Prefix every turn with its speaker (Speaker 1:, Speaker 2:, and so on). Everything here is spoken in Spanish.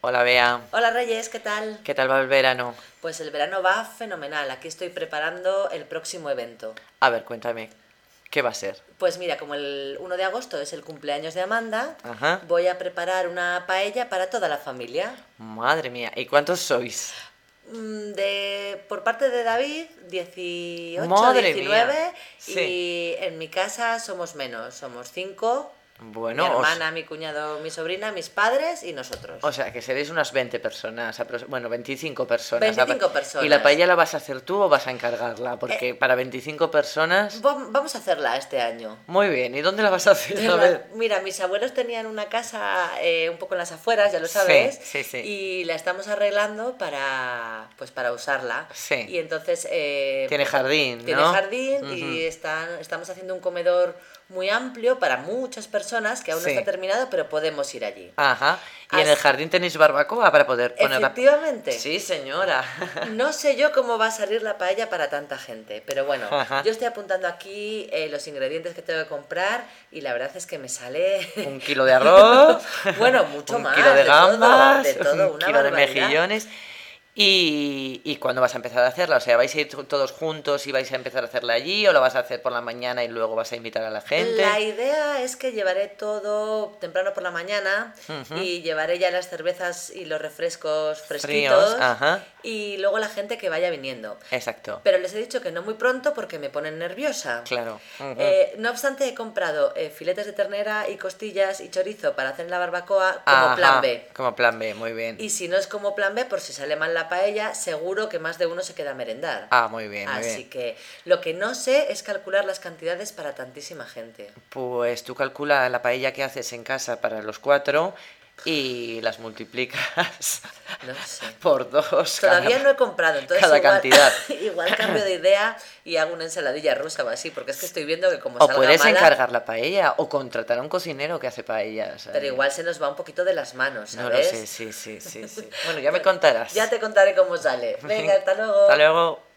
Speaker 1: Hola Bea,
Speaker 2: Hola Reyes, ¿qué tal?
Speaker 1: ¿qué tal va el verano?
Speaker 2: Pues el verano va fenomenal. Aquí estoy preparando el próximo evento.
Speaker 1: A ver, cuéntame, ¿qué va a ser?
Speaker 2: Pues mira, como el 1 de agosto es el cumpleaños de Amanda,
Speaker 1: Ajá.
Speaker 2: voy a preparar una paella para toda la familia.
Speaker 1: Madre mía, ¿y cuántos sois?
Speaker 2: Mm, De, por parte de David, 18,
Speaker 1: Madre mía.
Speaker 2: 19
Speaker 1: Sí.
Speaker 2: y en mi casa somos menos, somos 5.
Speaker 1: Bueno,
Speaker 2: mi
Speaker 1: os-
Speaker 2: hermana, mi cuñado, mi sobrina, mis padres y nosotros.
Speaker 1: o sea, que seréis unas 20 personas, apro- bueno, 25 personas.
Speaker 2: 25 personas. Eh.
Speaker 1: ¿Y la paella la vas a hacer tú o vas a encargarla? Porque para 25 personas...
Speaker 2: Vam- Vamos a hacerla este año.
Speaker 1: Muy bien, ¿y dónde la vas a hacer? A
Speaker 2: Mira,
Speaker 1: ver.
Speaker 2: mira, mis abuelos tenían una casa eh, un poco en las afueras, ya lo sabes,
Speaker 1: sí, sí.
Speaker 2: y la estamos arreglando para, pues, para usarla.
Speaker 1: Sí.
Speaker 2: Y entonces eh,
Speaker 1: Tiene jardín,
Speaker 2: tiene
Speaker 1: ¿no?
Speaker 2: jardín
Speaker 1: Ujú.
Speaker 2: y están, estamos haciendo un comedor muy amplio para muchas personas que aún
Speaker 1: Sí.
Speaker 2: no está terminado, pero podemos ir allí.
Speaker 1: Ajá. ¿Y en
Speaker 2: Así-
Speaker 1: el jardín tenéis barbacoa para poder poner la...
Speaker 2: Efectivamente.
Speaker 1: Sí, señora.
Speaker 2: No sé yo cómo va a salir la paella para tanta gente, pero bueno,
Speaker 1: Ajá.
Speaker 2: yo estoy apuntando aquí eh, los ingredientes que tengo que comprar y la verdad es que me sale
Speaker 1: un kilo de arroz,
Speaker 2: Bueno, mucho
Speaker 1: un
Speaker 2: más,
Speaker 1: kilo de
Speaker 2: de todo,
Speaker 1: gambas,
Speaker 2: de todo,
Speaker 1: un
Speaker 2: una
Speaker 1: kilo de
Speaker 2: barbaridad.
Speaker 1: mejillones. Y, ¿Y cuándo vas a empezar a hacerla? O sea, ¿vais a ir to- todos juntos y vais a empezar a hacerla allí? ¿O lo vas a hacer por la mañana y luego vas a invitar a la gente?
Speaker 2: La idea es que llevaré todo temprano por la mañana y llevaré ya las cervezas y los refrescos fresquitos
Speaker 1: ajá.
Speaker 2: y luego la gente que vaya viniendo.
Speaker 1: Exacto,
Speaker 2: Pero les he dicho que no muy pronto porque me ponen nerviosa.
Speaker 1: claro. ujú.
Speaker 2: Eh, no obstante, he comprado eh, filetes de ternera y costillas y chorizo para hacer en la barbacoa como
Speaker 1: Ajá,
Speaker 2: plan B.
Speaker 1: Como plan B, muy bien.
Speaker 2: Y si no es como plan B, por si sale mal la paella, seguro que más de uno se queda a merendar.
Speaker 1: Ah, muy bien, muy
Speaker 2: Así
Speaker 1: bien.
Speaker 2: que lo que no sé es calcular las cantidades para tantísima gente.
Speaker 1: Pues tú calcula la paella que haces en casa para los cuatro y las multiplicas
Speaker 2: No sé.
Speaker 1: por dos. cada-
Speaker 2: Todavía no he comprado, entonces
Speaker 1: cada
Speaker 2: igual,
Speaker 1: cantidad.
Speaker 2: igual cambio de idea y hago una ensaladilla rusa o así, porque es que estoy viendo que como
Speaker 1: O
Speaker 2: salga
Speaker 1: puedes
Speaker 2: mala,
Speaker 1: encargar la paella o contratar a un cocinero que hace paellas.
Speaker 2: pero
Speaker 1: eh,
Speaker 2: igual se nos va un poquito de las manos,
Speaker 1: No lo
Speaker 2: ¿sabes?
Speaker 1: sé, sí, sí, sí, sí. Bueno, ya me contarás.
Speaker 2: Ya te contaré cómo sale. Venga, hasta luego.
Speaker 1: Hasta luego.